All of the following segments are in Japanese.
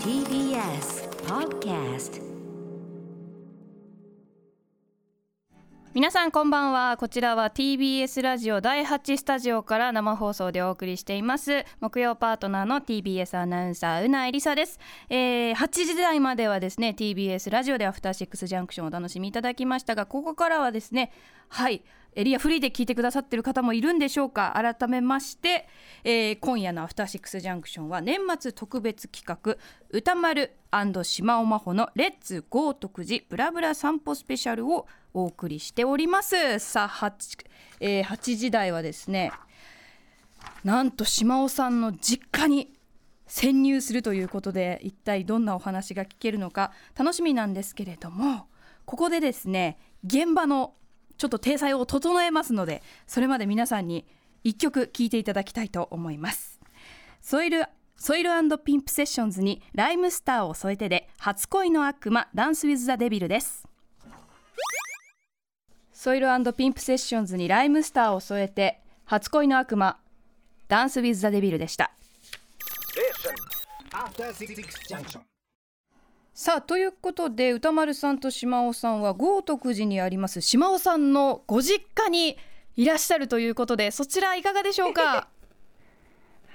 TBS Podcast 皆さんこんばんはこちらは TBS ラジオ第8スタジオから生放送でお送りしています木曜パートナーの TBS アナウンサーうなえりさです、えー、8時台まではですね TBS ラジオでアフターシックスジャンクションをお楽しみいただきましたがここからはですねはいエリアフリーで聞いてくださってる方もいるんでしょうか改めまして、えー今夜の「アフターシックスジャンクション」は年末特別企画「歌丸島尾真帆のレッツゴー徳寺ブラブラ散歩スペシャル」をお送りしておりますさあ 8,、えー8時台はですねなんと島尾さんの実家に潜入するということで一体どんなお話が聞けるのか楽しみなんですけれどもここでですね現場のちょっと体裁を整えますのでそれまで皆さんに一曲聴いていただきたいと思いますソイルソイルピンプセッションズにライムスターを添えてで初恋の悪魔ダンスウィズザデビルですソイルピンプセッションズにライムスターを添えて初恋の悪魔ダンスウィズザデビルでした After Six Junction. さあということで歌丸さんと島尾さんは豪徳寺にあります島尾さんのご実家にいらっしゃるということでそちらいかがでしょう か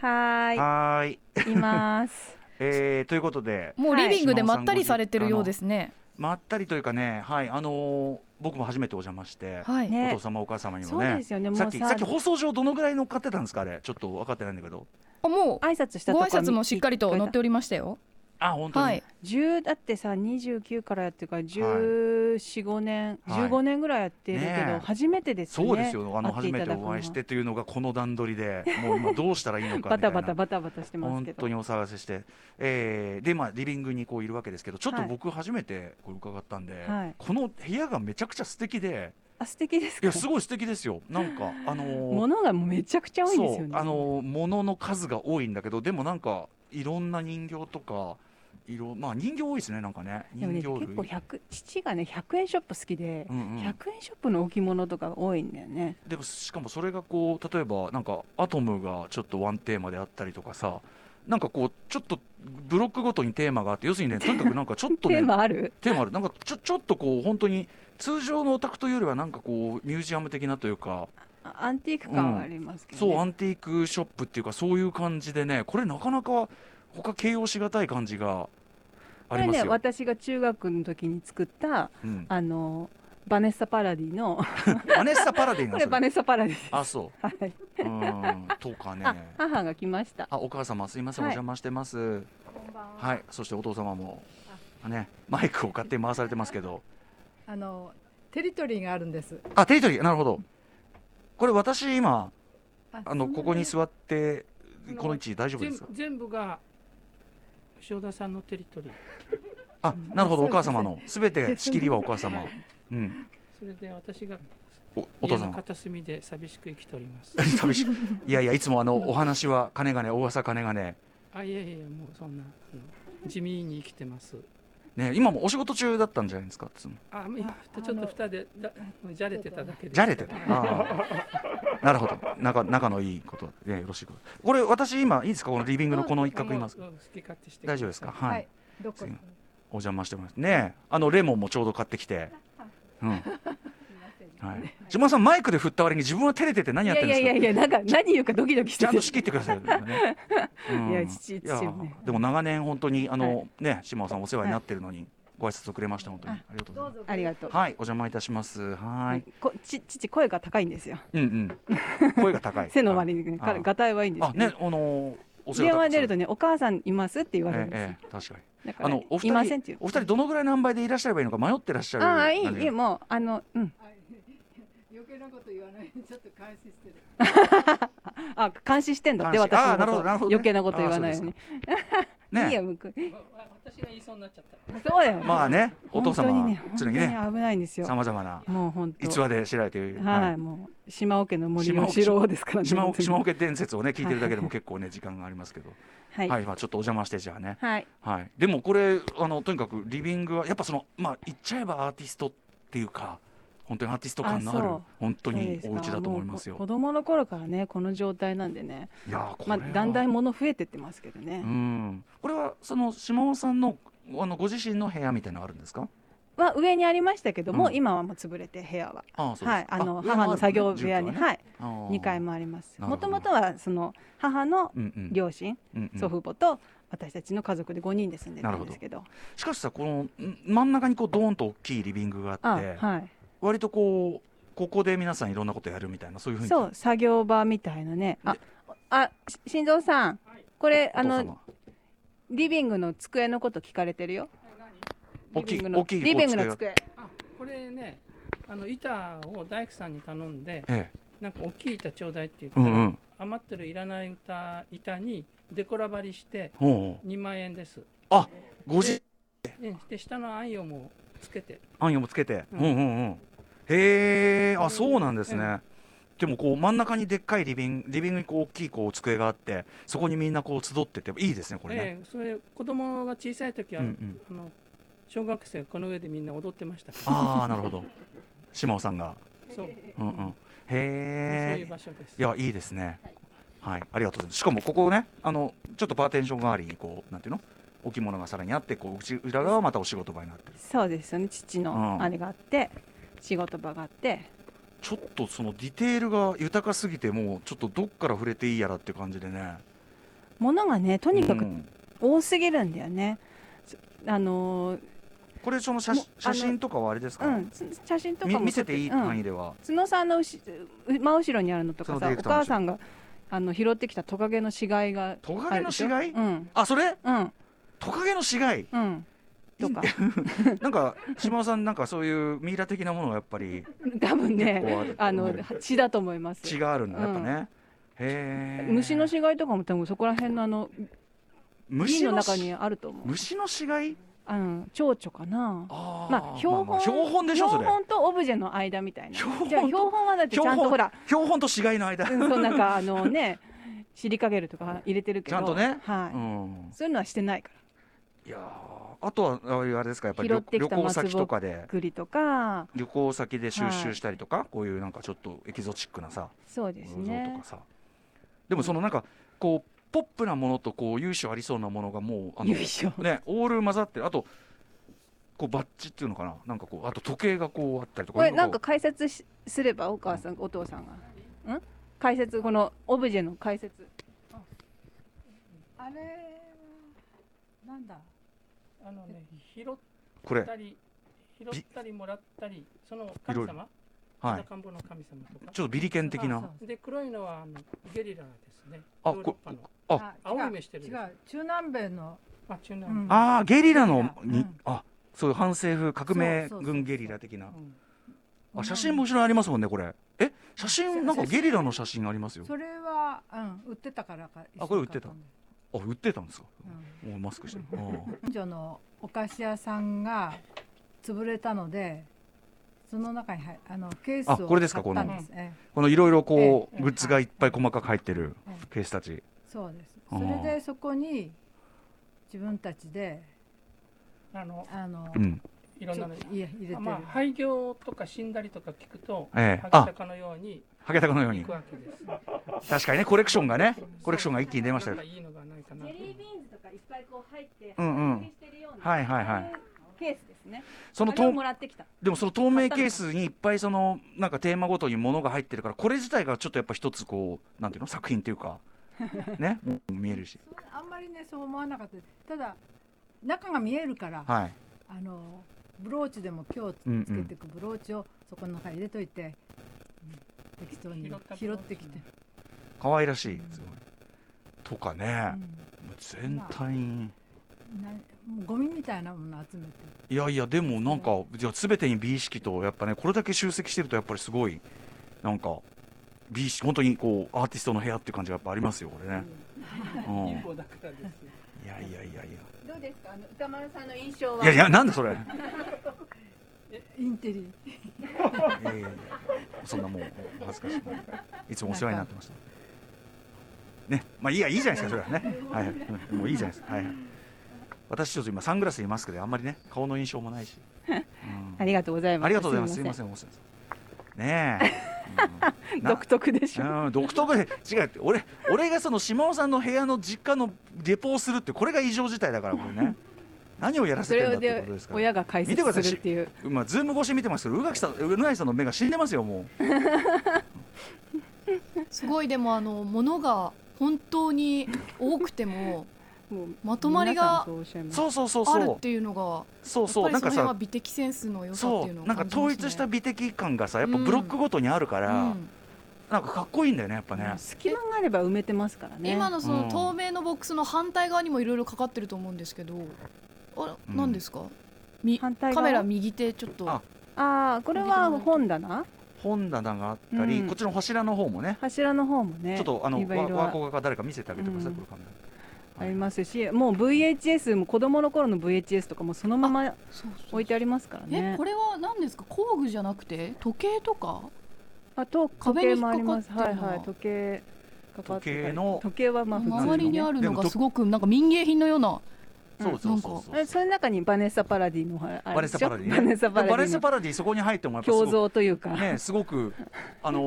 ははーい、ーい、います。えーということで、もうリビングではいまったりされてるようですねまったりというかね、はい、あのー僕も初めてお邪魔して、はい、ねお父様お母様にそもうねですよね。もうささっきさっき放送上どのぐらい乗っかってたんですかあれ、ちょっと分かってないんだけど、あもう 挨拶したとごこ挨拶もしっかりと載っておりましたよあ本当に、はい十だってさ二十九からやってるから十四五年はい十五年ぐらいやってるけど、ねえ初めてですね。そうですよ、あの会って初いめたてだくのおは会いしてというのがこの段取 りで、もう今どうしたらいいのかバみタたいなバタ。バタバタしてます本けど当。にお騒がせして、えーでまあリビングにこういるわけですけど、ちょっとはい僕初めてこう伺ったんで、はいこの部屋がめちゃくちゃ素敵で、あ素敵ですいか。 やすごい素敵ですよ。なんかあのー物がもうめちゃくちゃ多いんですよね。そうあの物の数が多いんだけどでもなんかいろんな人形とかいろまあ人形多いですねなんかねで人もね形類結構百父がね百円ショップ好きでう。んうん100円ショップの置物とか多いんだよね。でもしかもそれがこう例えばなんかアトムがちょっとワンテーマであったりとかさなんかこうちょっとブロックごとにテーマがあって 要するにねとにかくなんかちょっとテねーマある？テーマあるなんかちょちょっとこう本当に通常のお宅というよりはなんかこうミュージアム的なというかあアンティーク感はありますけど、そうねアンティークショップっていうかそういう感じでねこれなかなか他形容しがたい感じがあこりれますねよ。私が中学の時に作った うん、あのバネッサ・パラディのマネッサパラディンこがれそバれネッサ・パラディですあそうはい、うんとかあね母が来ましたあお母様すいません、はいお邪魔してますはいそしてお父様もねマイクを勝手に回されてますけどあのテリトリーがあるんです。あテリトリーなるほどこれ私今ああのここに座ってあのこの位置大丈夫で全すか全部が塩田さんのテリトリーあなるほどお母様のすべて仕切りはお母様うんそれで私がおお家父様の片隅で寂しく生きております寂しい いやいやいつもあのお話は金がね大噂金がねあいやいやいやもうそんなあの地味に生きてますね今もお仕事中だったんじゃないですかつもあ今ちょっと蓋でだじゃれてただけですじゃれてたああなるほど仲仲のいいことねよろしいことこれ私今いいですかこのリビングのこの一角いますもうもう好き勝手してく大ださい丈夫ですかはい、どこすいまお邪魔してますねえあのレモンもちょうど買ってき てうんはい島田さんマイクで振った割に自分は照れてて何いやっやてるんいでやいやすかいやなんか何言うかドキドキしてちゃんてと仕切ってくださいよ、ねう んいや父父よねでも長年本当にあの、はね島尾さんお世話になってるのに、ご挨拶をくれました本当にありがとうございまありがとうすはいお邪魔いたしますはいこち父声が高いんですようん うん声が高い背の割にねあ彼がたいはいいんですあよねねあのお世話電話に出るとねねお母さんいますって言われるえんですよえええ確かにだかあらのおい二人ませんっていうお二人どのぐらいの塩梅でいらっしゃればいいのか迷ってらっしゃるああいなんいでいいもうあのうん余計なこと言わないでちょっと監視してる。 あ監視してんだって監視私あーなのることほどなるほどね余計なこと言わないようにね いいよ向くわわ私が言いそうになっちゃったそうだよまあねお父本当に様ね本当に常にね危ないんですよさまざまなもう本当逸話で知られている、はい、はいもう島尾家の森島尾の城をですからね。島本尾当に島尾家伝説をね聞いてるだけでも結構ね時間がありますけどはい、は、はいまあ、ちょっとお邪魔してじゃあね、い、はい、でもこれあのとにかくリビングはやっぱそのまあ言っちゃえばアーティストっていうか本当にアーティスト感のああるそう本当そうにですおか家だと思いますよもうこ子供の頃からねこの状態なんでね、いやーこれまあ、は、だんだん物増えてってますけどうね、んこれはその島尾さんのあのご自身の部屋みたいなのあるんですかは上にありましたけども、うん今はもう潰れて部屋は、ああそうですはい、あの母の作業部屋に、はい、 2 2階もありますなるほもどともとはその母のうんうん両親、うんうん祖父母と私たちの家族で5人で住んでたんですけどしかしさこのん真ん中にこうドーンと大きいリビングがあっあてはい割とこうここで皆さんいろんなことやるみたいなそういうふうにそう作業場みたいなねあであし心臓さんこれあののリビングの机のこと聞かれてるよ大きいリビングの大きいリビングおの机机あこれねあの板を大工さんに頼んでええなんか大きい板ちょうだいって言ったうら、んうん余ってるいらない板板にデコラ張りしておうおう2万円ですご自でで下のアイロンもつけてあんよもつけて、う、うんんうんうんへえあそうなんですね、うでもこう真ん中にでっかいリビングリビングにこう大きいこう机があってそこにみんなこう集ってていいですねこれね、ええそれ子供が小さい時は、うんうんあの小学生この上でみんな踊ってましたからああなるほど島尾さんがそう、うんうんそういへうえ場所ですいやいいですねはいありがとうございますしかもここねあのちょっとパーテンション代わりにこうなんていうの置物がさらにあってこう内裏側はまたお仕事場になってるそうですよね父うのんあれがあって、仕事場があってちょっとそのディテールが豊かすぎてもうちょっとどっから触れていいやらって感じでね物がねとにかうくん多すぎるんだよね、そあのーこれその写もうあ写の真とかはあれですか、うんつ写真とかみも見せていいうん範囲では、角さんのうし真後ろにあるのとかそのディさレおクターの母さんがあの拾ってきたトカゲの死骸がトカあゲるのでし死ょ骸、うんあそれうんトカゲの死骸うんとかなんか島尾さんなんかそういうミイラ的なものがやっぱり 多分結構ねあるあの血だと思います血があるんだやっぱね、へえ虫の死骸とかも多分そこら辺のあの虫瓶のの中死にあると思う虫の死骸あの蝶々かなあー、まあ標本標本でしょそ標れ本とオブジェの間みたいな標本とじゃあ標本はだってちゃんとほ ら標本と死骸の間、うんそうなんかあのね尻かげるとか入れてるけどちゃんとねはい、うんそういうのはしてないからいやーあとはあれですかやっぱり旅拾ってき旅た行先とかで栗とか旅行先で収集したりとか、こういうなんかちょっとエキゾチックなさそうです像とねかさでもそのなんかこうポップなものとこう由緒ありそうなものがもうあの優勝ねオール混ざってるあとこうバッジっていうのかななんかこうあと時計がこうあったりとかこれいろいなろんか解説しすればお母さんお父さんがん解説このオブジェの解説あれはなんだあのね拾っこれたり拾ったりもらったりその神様はい赤ん坊の神様とかちょっとビリケン的あそなうで黒いのはあのゲリラですねあヨーロッパのあ違う青い目してる違う中南米のあ中南、うんああゲリラのゲリラに、うんあそういう反政府革命そうそうそうそ軍うゲリラ的なうんあ写真も後ろにありますもんねこれえ写真なんかゲリラの写真ありますよそれはうん売ってたからかあこれ売ってた一緒にあ売ってたんですか買ったんだよもうマスクしてるうん近所のお菓子屋さんが潰れたのでその中に入あのケースをあこれですか買ったんこのですええこのいろいろこうええグッズがいっぱい細かく入ってるええケースたちそうです。あそーれでそこに自分たちであのあの、うんいろんなのちょいや入れてる。まあ廃業とか死んだりとか聞くと、ええハゲタカのようにハゲタカのよう行にくわけです。確かにねコレクションがねコレクションが一気に出ましたよなんかいいのがないかな。ーンズとかいっぱいこう入ってうんうん箱売りしてるようはいはいはいケースですねそのとらってきたでもその透明ケースにいっぱいそのなんかテーマごとに物が入ってるからこれ自体がちょっとやっぱ一つこうなんていうの作品っていう かね見えるしそうあんまりねそう思わなかったです。ただ中が見えるから、はいあのブローチでも今日つ,、うんうんけていくブローチをそこの中に入れといて、うん適当に拾ったブ拾ローチってきて、可愛らしいすごいとかねう、もう全体にん、なもうゴミみたいなもの集めて。いやいやでもなんかじゃあ全てに美意識とやっぱねこれだけ集積してるとやっぱりすごいなんか美意識本当にこうアーティストの部屋っていう感じがやっぱありますよこれね、うん、 い貧乏だからですよ。やいやいやいやどうですかあの歌丸さんの印象いやいやなんでそれインテリいやいやいや そんなもうお恥ずかしいいつもお世話になってましたねまあいいやいいじゃないですかそれはねはいはいうんもういいじゃないですかはいはい私ちょっと今サングラスにマスクであんまりね顔の印象もないし、うんありがとうございますありがとうございますすいまんせんお世話になりまね え、うんな独特でしょ。うん独特で違うって俺俺がその島尾さんの部屋の実家のレポをするってこれが異常事態だからこれね何をやらそせてれるんだをってこでとですから親が解説するっていう。まあズーム越し見てますけど宇垣さん宇垣さんの目が死んでますよもうすごいでもあの物が本当に多くて ももうまとまり皆がさんそうおっしゃいますそうそうそうあそるうっていうのがそうやっぱそうりなんそかの辺はさ美的センスの良さってそいうのうをなんか感じますね統一した美的感がさやっぱブロックごとにあるから、うんなんかかっこいいんだよねやっぱね、隙間があれば埋めてますからね。今のそうんの透明のボックスの反対側にもいろいろかかってると思うんですけどあうん何ですかみ反対側カメラ右手ちょっとあああこれは本棚？本棚があったり、うんこっちの柱の方もね柱の方もね。ちょっとあのいろいろワーコが誰か見せてあげてください、うんこれカメありますし、もう VHS も子供の頃の VHS とかもそのままそうそう置いてありますからねえ。これは何ですか工具じゃなくて時計とかあと時壁に計引っもあります。かかっはているのははい時計かかってたり時計の時計はまあ普通周りにあるのでもがとすごくなんか民芸品のようなラ、うんそうそうそうそうえその中にバネッサ・パラディのほらあバれでレッサしょパバラネディ、ね、ッサ・パバレラッディサのパラディそこに入ってもやっぱす胸ご像というか、くねすごくあの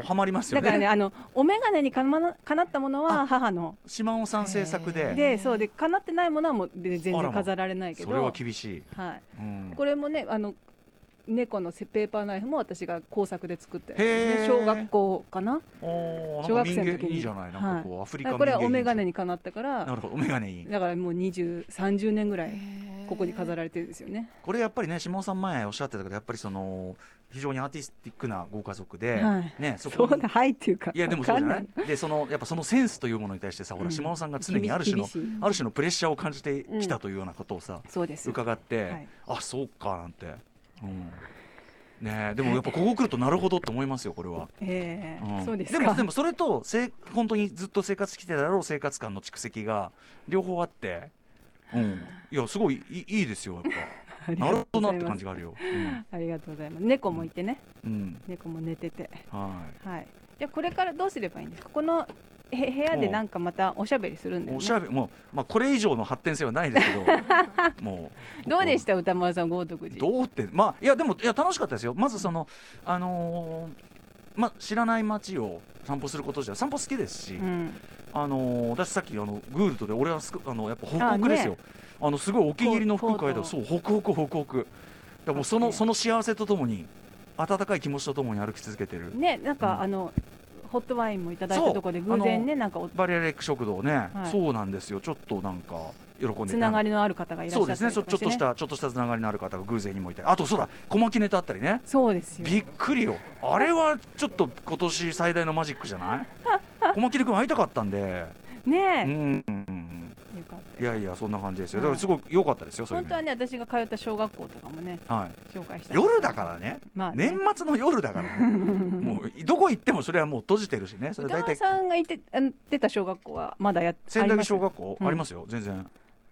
ーハマりますよだねからねあのお眼鏡にかなかなったものは母の島尾さん制作へでーでそうでかなってないものはもうで全あら然ま飾られないけそれはど、厳しい、はい、うん、これもねあの猫のせペーパーナイフも私が工作で作って、へーね、小学校かなおー小な学んか民生の時に芸いいじゃないなんかこう、アフリカこれは民お芸眼鏡ににかなったかならるほどお眼鏡いいだからもう20、30年ぐらいここに飾るられてるんですよね。これやっぱりね島尾さん前おっしゃってたけどやっぱりその非常にアーティスティックなご家族で、はいねそそこうだはいっていうかいやでもそうじゃなわかんいでそのやっぱそのセンスというものに対してさほうらん島尾さんが常にある種の厳しい厳しいある種のプレッシャーを感じてきたというようなことをさ、そうです伺って、はいあそうかなんて、うんねえでもやっぱここ来るとなるほどって思いますよこれは、ええうんそうですもか でもそれとせ本当にずっと生活してきてただろう生活感の蓄積が両方あって、うん、いやすごいいいいいですよやっぱなるほどなって感じがあるよ、ありがとうございます猫もいてねうんうん猫も寝ててははいじゃあこれからどうすればいいんですかこのへ部屋でなんかまたおしゃべりするんいだよおねしゃべもう、まあ、これ以上の発展性はないですけ どもうどうでした歌丸さん豪徳寺どうってまあいやでもいや楽しかったですよまずそのあのーまあ、知らない街を散歩することじゃ散歩好きですし、うんあのー私さっきあのグールドで俺はすくあのやっぱあ北ね北ですよあ、のすごいお気に入りの福と海道うとうそう北北北北だからもうそのその幸せとともに温かい気持ちとともに歩き続けてるねなんか、うんあのホットワインもいただいそたうところで偶然ねなんかおバリアレック食堂ね、はいそうなんですよちょっとなんか喜んでつながりりのある方がいらっしゃそっうたでりすねちょちょっとしねたちょっとしたつながりのある方が偶然にもいたりあとそうだ小牧ネタあったりねそうですよびっくりよあれはちょっと今年最大のマジックじ ゃない小牧君会いたかったんでうねんうんうんえよかっいたよやいやそんな感じですよだからすごく良かったですよそういう本意当は味ね私が通った小学校とかもねではい紹介した夜だからねまあね年末の夜だ からねもうどこ行ってもそれはもう閉じてるしねそれ歌大丸体さんがいてあの出た小学校はまだやっ仙台小あります学校うんありますよ全然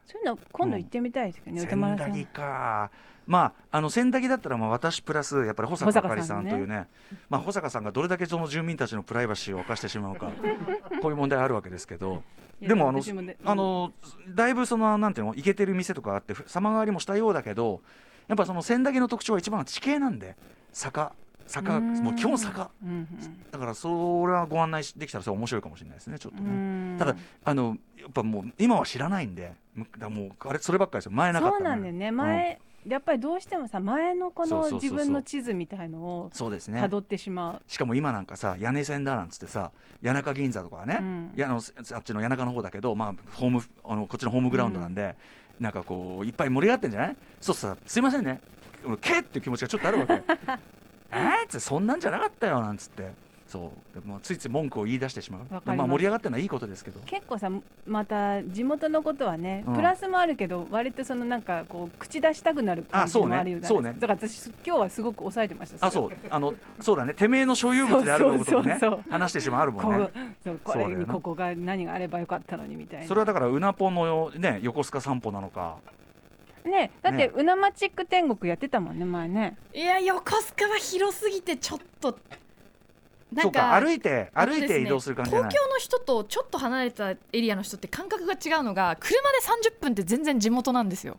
そういうの今度行ってみたいですけどね、歌仙丸さん台かまああの仙台だったらまあ私プラスやっぱり保坂あかりさんというねまあ保坂さんがどれだけその住民たちのプライバシーを犯してしまうかこういう問題あるわけですけどいやでもあの私ねあのだいぶそのなんていうの行けてる店とかあってふ様変わりもしたようだけどやっぱその仙台の特徴は一番は地形なんで坂坂うんもう基本坂うんだからそれはご案内できたらそれは面白いかもしれないですねちょっとうんうね。んただあのやっぱもう今は知らないんでむだからもうあれそればっかりですよ前なかったそうなんだよね前、やっぱりどうしてもさ前のこそうそうのそうそう自分の地図みたいのをそうですねたどってしましかも今なんかさ屋根線だなんつってさ谷中銀座とかはね、うんいやあのあっちの谷中の方だけど、まあ、ホームあのこっちのホームグラウンドなんで、なんかこういっぱい盛り上がってんじゃないそうさすいませんね俺けっていう気持ちがちょっとある わけえーっつってそんなんじゃなかったよなんつってそうでもついつい文句を言い出してしまうわかりますあ盛り上がってるのはいいことですけどう結構さまた地元のことはね、うんプラスもあるけど割とそのなんかこう口出したくなる感じあそうねもあるよそうねだから私今日はすごく抑えてましたあそうあのそうだねてめえの所有物であることそうそをねうそうそう話してしまうあるもこんねうそうこれそうだよになここが何があればよかったのにみたいなそれはだからうなぽんの、ね、横須賀散歩なのかねだっねてうなまチック天国やってたもんね前ねいや横須賀は広すぎてちょっとなそうんかか歩いて歩いて移動する感じじゃない東京の人とちょっと離れたエリアの人って感覚が違うのが車で30分って全然地元なんですよ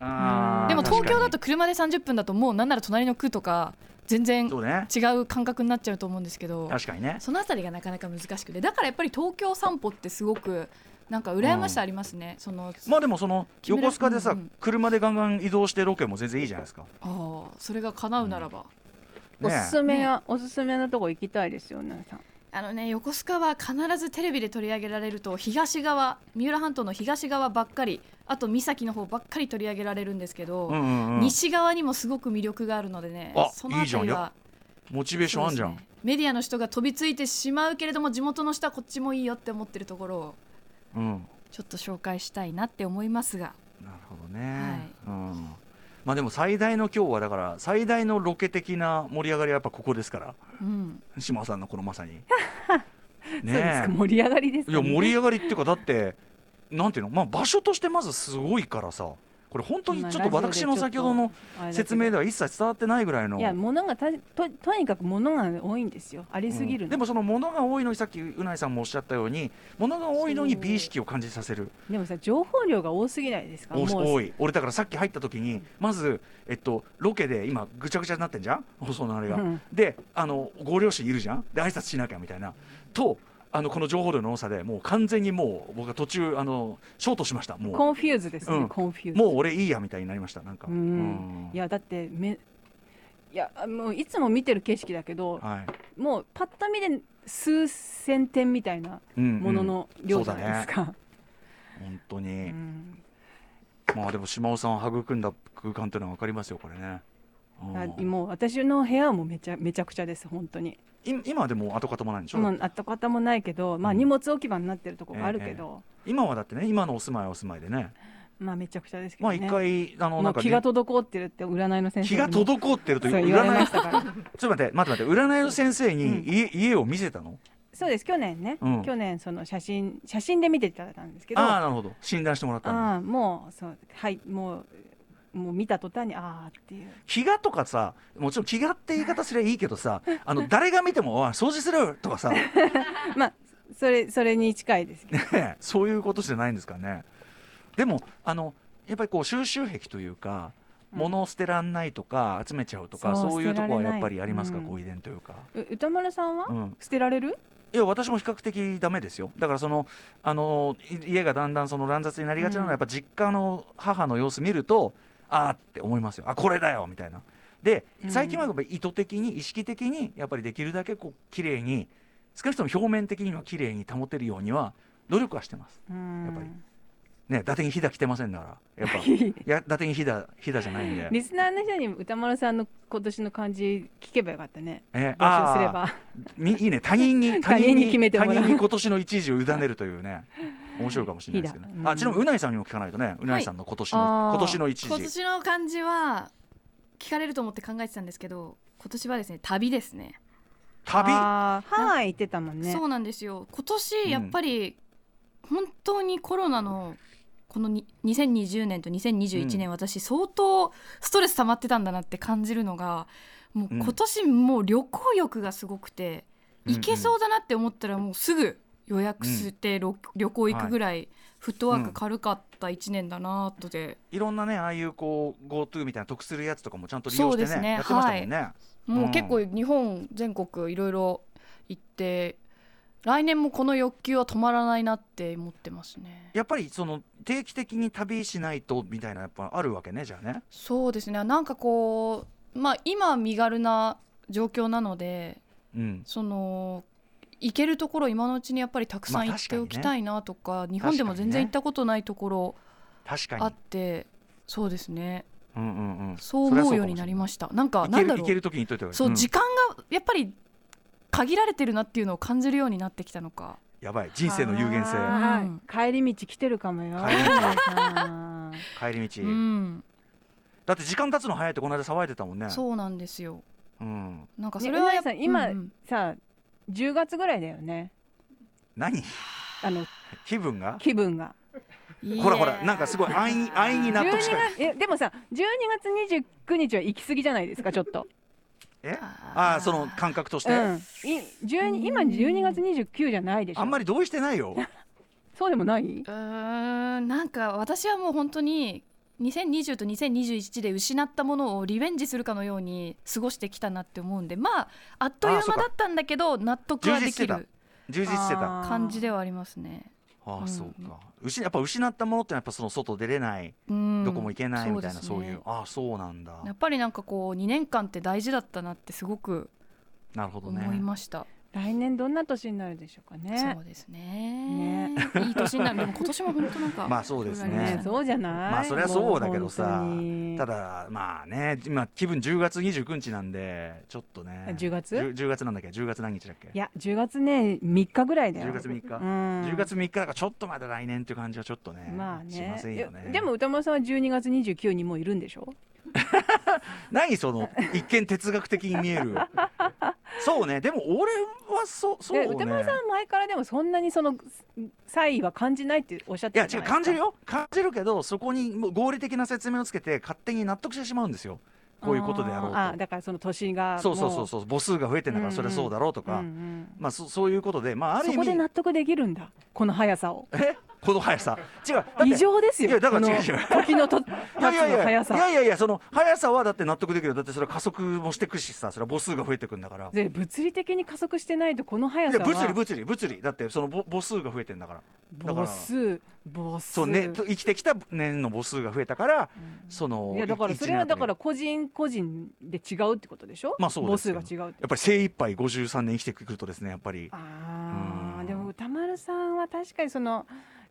あーでも東京だ確かと車で30分だともうなんなら隣の区とか全然そうね違う感覚になっちゃうと思うんですけど確かにねそのあたりがなかなか難しくてだからやっぱり東京散歩ってすごくなんか羨ましさありますね、そのまあでもその木村横須賀でさ、うんうん車でガンガン移動してロケも全然いいじゃないですか、ああそれが叶うならば、おねすすめや、おすすめのとこ行きたいですよ、皆さん。あのね横須賀は必ずテレビで取り上げられると東側三浦半島の東側ばっかりあと三崎の方ばっかり取り上げられるんですけど、うんうんうん、西側にもすごく魅力があるのでねあそのあたいいりじゃんはモチベーションあんじゃん、そうですねメディアの人が飛びついてしまうけれども地元の人はこっちもいいよって思ってるところをうんちょっと紹介したいなって思いますがなるほどね、うんまあでも最大の今日はだから最大のロケ的な盛り上がりはやっぱここですからうん島尾さんのこのま さにそうですねか、盛り上がりですえいか、やね。盛り上がりっていうかだってなんていうのまあ場所としてまずすごいからさこれ本当にちょっとまあラジ私オでちょっのと先ほどの説明では一切伝わってないぐらいのいや、物がたと、とにかく物が多いんですよ。ありすぎるうんの。でもその物が多いのにさっきうないさんもおっしゃったように物が多いのに美意識を感じさせるでもさ、情報量が多すぎないですか。おもう多い俺だからさっき入った時にまず、えっと、ロケで今ぐちゃぐちゃになってんじゃん放送のあれが、うんであのご両親いるじゃんで挨拶しなきゃみたいなとあのこの情報量の多さでもう完全にもう僕は途中あのショートしましたもコンフューズですね、うんコンフューうズ。もう俺いいやみたいになりましたなんかううんん、いやだってめいやもういつも見てる景色だけどはいもうパッと見で数千点みたいなうんうんものの量じゃないですか、本当に、うんまあでも島尾さんを育んだ空間というのは分かりますよこれね、うんあもう私の部屋はもうめちゃめちゃくちゃです本当にい今はでも跡形もないんでしょ、もうあった方もないけど、まあ、うん荷物置き場になってるとこがあるけど、今はだってね今のお住まいはお住まいでねまあめちゃくちゃですけまど、あね一回あのもなんうか気が滞ってるって占いの先生気がっ滞ってるてといそうう言われ占まいしたからちょっと待って待って待って占いの先生にうん家,、家を見せたのそうです去年ね、うん去年その写真写真で見ていただいたんですけどああなるほど診断してもらったのああもうそうはいもうもう見た途端にああっていう気がとかさもちろん気がって言い方すりゃいいけどさあの誰が見てもあ掃除する とかさまあそれそれに近いですけどねそういうことじゃないんですかねでもあのやっぱりこう収集癖というかうん物を捨てらんないとか集めちゃうとか、そうそういうと捨てこらはれないやっぱりありますか、うんご遺伝というか、う歌丸さんは、うん、捨てられるいや私も比較的ダメですよだからそのあのい家がだんだんその乱雑になりがちなのうんはやっぱ実家の母の様子見るとああって思いますよあこれだよみたいなでうん最近はやっぱり意図的に意識的にやっぱりできるだけこう綺麗に少なくとも表面的には綺麗に保てるようには努力はしてますうんやっぱね伊達にひだ着てませんから やっぱいや伊達にひだひだじゃないんでリスナーの人に歌丸さんの今年の漢字聞けばよかったねえ募集すれあばーにいいね他人 に他人に決めてもらう他人に今年の一時を委ねるというね面白いかもしれないですけど、ねいいだうんあちなみにうないさんにも聞かないとねうないさんの今年の、あー今年の一今時年の漢字は聞かれると思って考えてたんですけど今年はですね旅ですね旅あーハワイ行ってたもんねそうなんですよ今うん年やっぱり本当にコロナのこのに2020年と2021年、私相当ストレス溜まってたんだなって感じるのがもううん今年もう旅行欲がすごくて、うん行けそうだなって思ったらもうすぐ予約してろ、旅行行くぐらいフットワーク軽かった1年だなとで、いろんなねああいうこう GoTo みたいな得するやつとかもちゃんと利用してそねうですねやってましたもんね、もううん結構日本全国いろいろ行って来年もこの欲求は止まらないなって思ってますねやっぱりその定期的に旅しないとみたいなやっぱあるわけねじゃあねそうですねなんかこうまあ今身軽な状況なのでうんその行けるところ今のうちにやっぱりたくさまん行あっておきたいなとか,、日本でも全然行ったことないところ確かにあってそうですねうんうんうんそうそりゃ思そううよかうもしれになないりましたなんかいなけんだるいろうける時に言っといてそう、時間がやっぱり限られてるなっていうのを感じるようになってきたのかやばい人生の有限性あうんーはい帰り道来てるかもよ帰り道あー帰り道、うん、だって時間経つの早いってこの間騒いでたもんねそうなんですようん、なんかねそれはやうっまいさん今うんうんさあ10月ぐらいだよね何 あの気分が気分がほらほら、なんかすごい安易に安易に納12得月したよ。えでもさ12月29日は行き過ぎじゃないですかちょっとえああ、その感覚として。うん、い12今12月29じゃないでしょあんまり同意してないよ。そうでもないうーんなんか私はもう本当に2020と2021で失ったものをリベンジするかのように過ごしてきたなって思うんでまああっというあそう間かだったんだけど納得はでき充実してる充実してたああー感じではありますね。あ、うんそうか失やっぱ失ったものってのはやっぱその外出れない、うん、どこも行けないみたいなそそうう,、ですねいうああそうなんだやっぱりなんかこう2年間って大事だったなってすごくなるほどね思いました。来年どんな年になるでしょうかねそうですねいい年になるでも今年も本当なん かまあそうですねいろいろりねましたそうじゃないまあそれはそうだけどさもう本当にただまあね今気分10月29日なんでちょっとね10月 10, 10月なんだっけ10月何日だっけいや10月ね3日ぐらいだよ10月3日うん10月3日だからちょっとまだ来年っていう感じはちょっとね,、まあねしませんよねえでも歌丸さんは12月29にもういるんでしょ何その一見哲学的に見えるそうねでも俺はそうそうでね歌丸さんは前からでもそんなにその差異は感じないっておっしゃっいてやたじ違ゃうないですか感じるよ感じるけどそこにもう合理的な説明をつけて勝手に納得してしまうんですよこういうことであろうあーあとだからその年がそうそうそうそそう母数が増えてんだからそれはそうだろうとうんか、うんまあそそういうことでまああるそ意こで味納得できるんだこの速さをえこの速さ違うだって異常ですよいやだからこの違う違う時のと経ついやのいやいや速いやさいやいやその速さはだって納得できるよだってそれは加速もしてくしさそれは母数が増えてくんだからで物理的に加速してないとこの速いさやは物理物理物理だってその母母数が増えてんだからだから母数母数そうねと生きてきた年の母数が増えたからそのいやだからいそれは一年あだたりから個人個人で違うってことでしょ、まあそうですけど母数が違うってやっぱり精一杯53年生きてくるとですねやっぱりあうあんでも歌丸さんは確かにその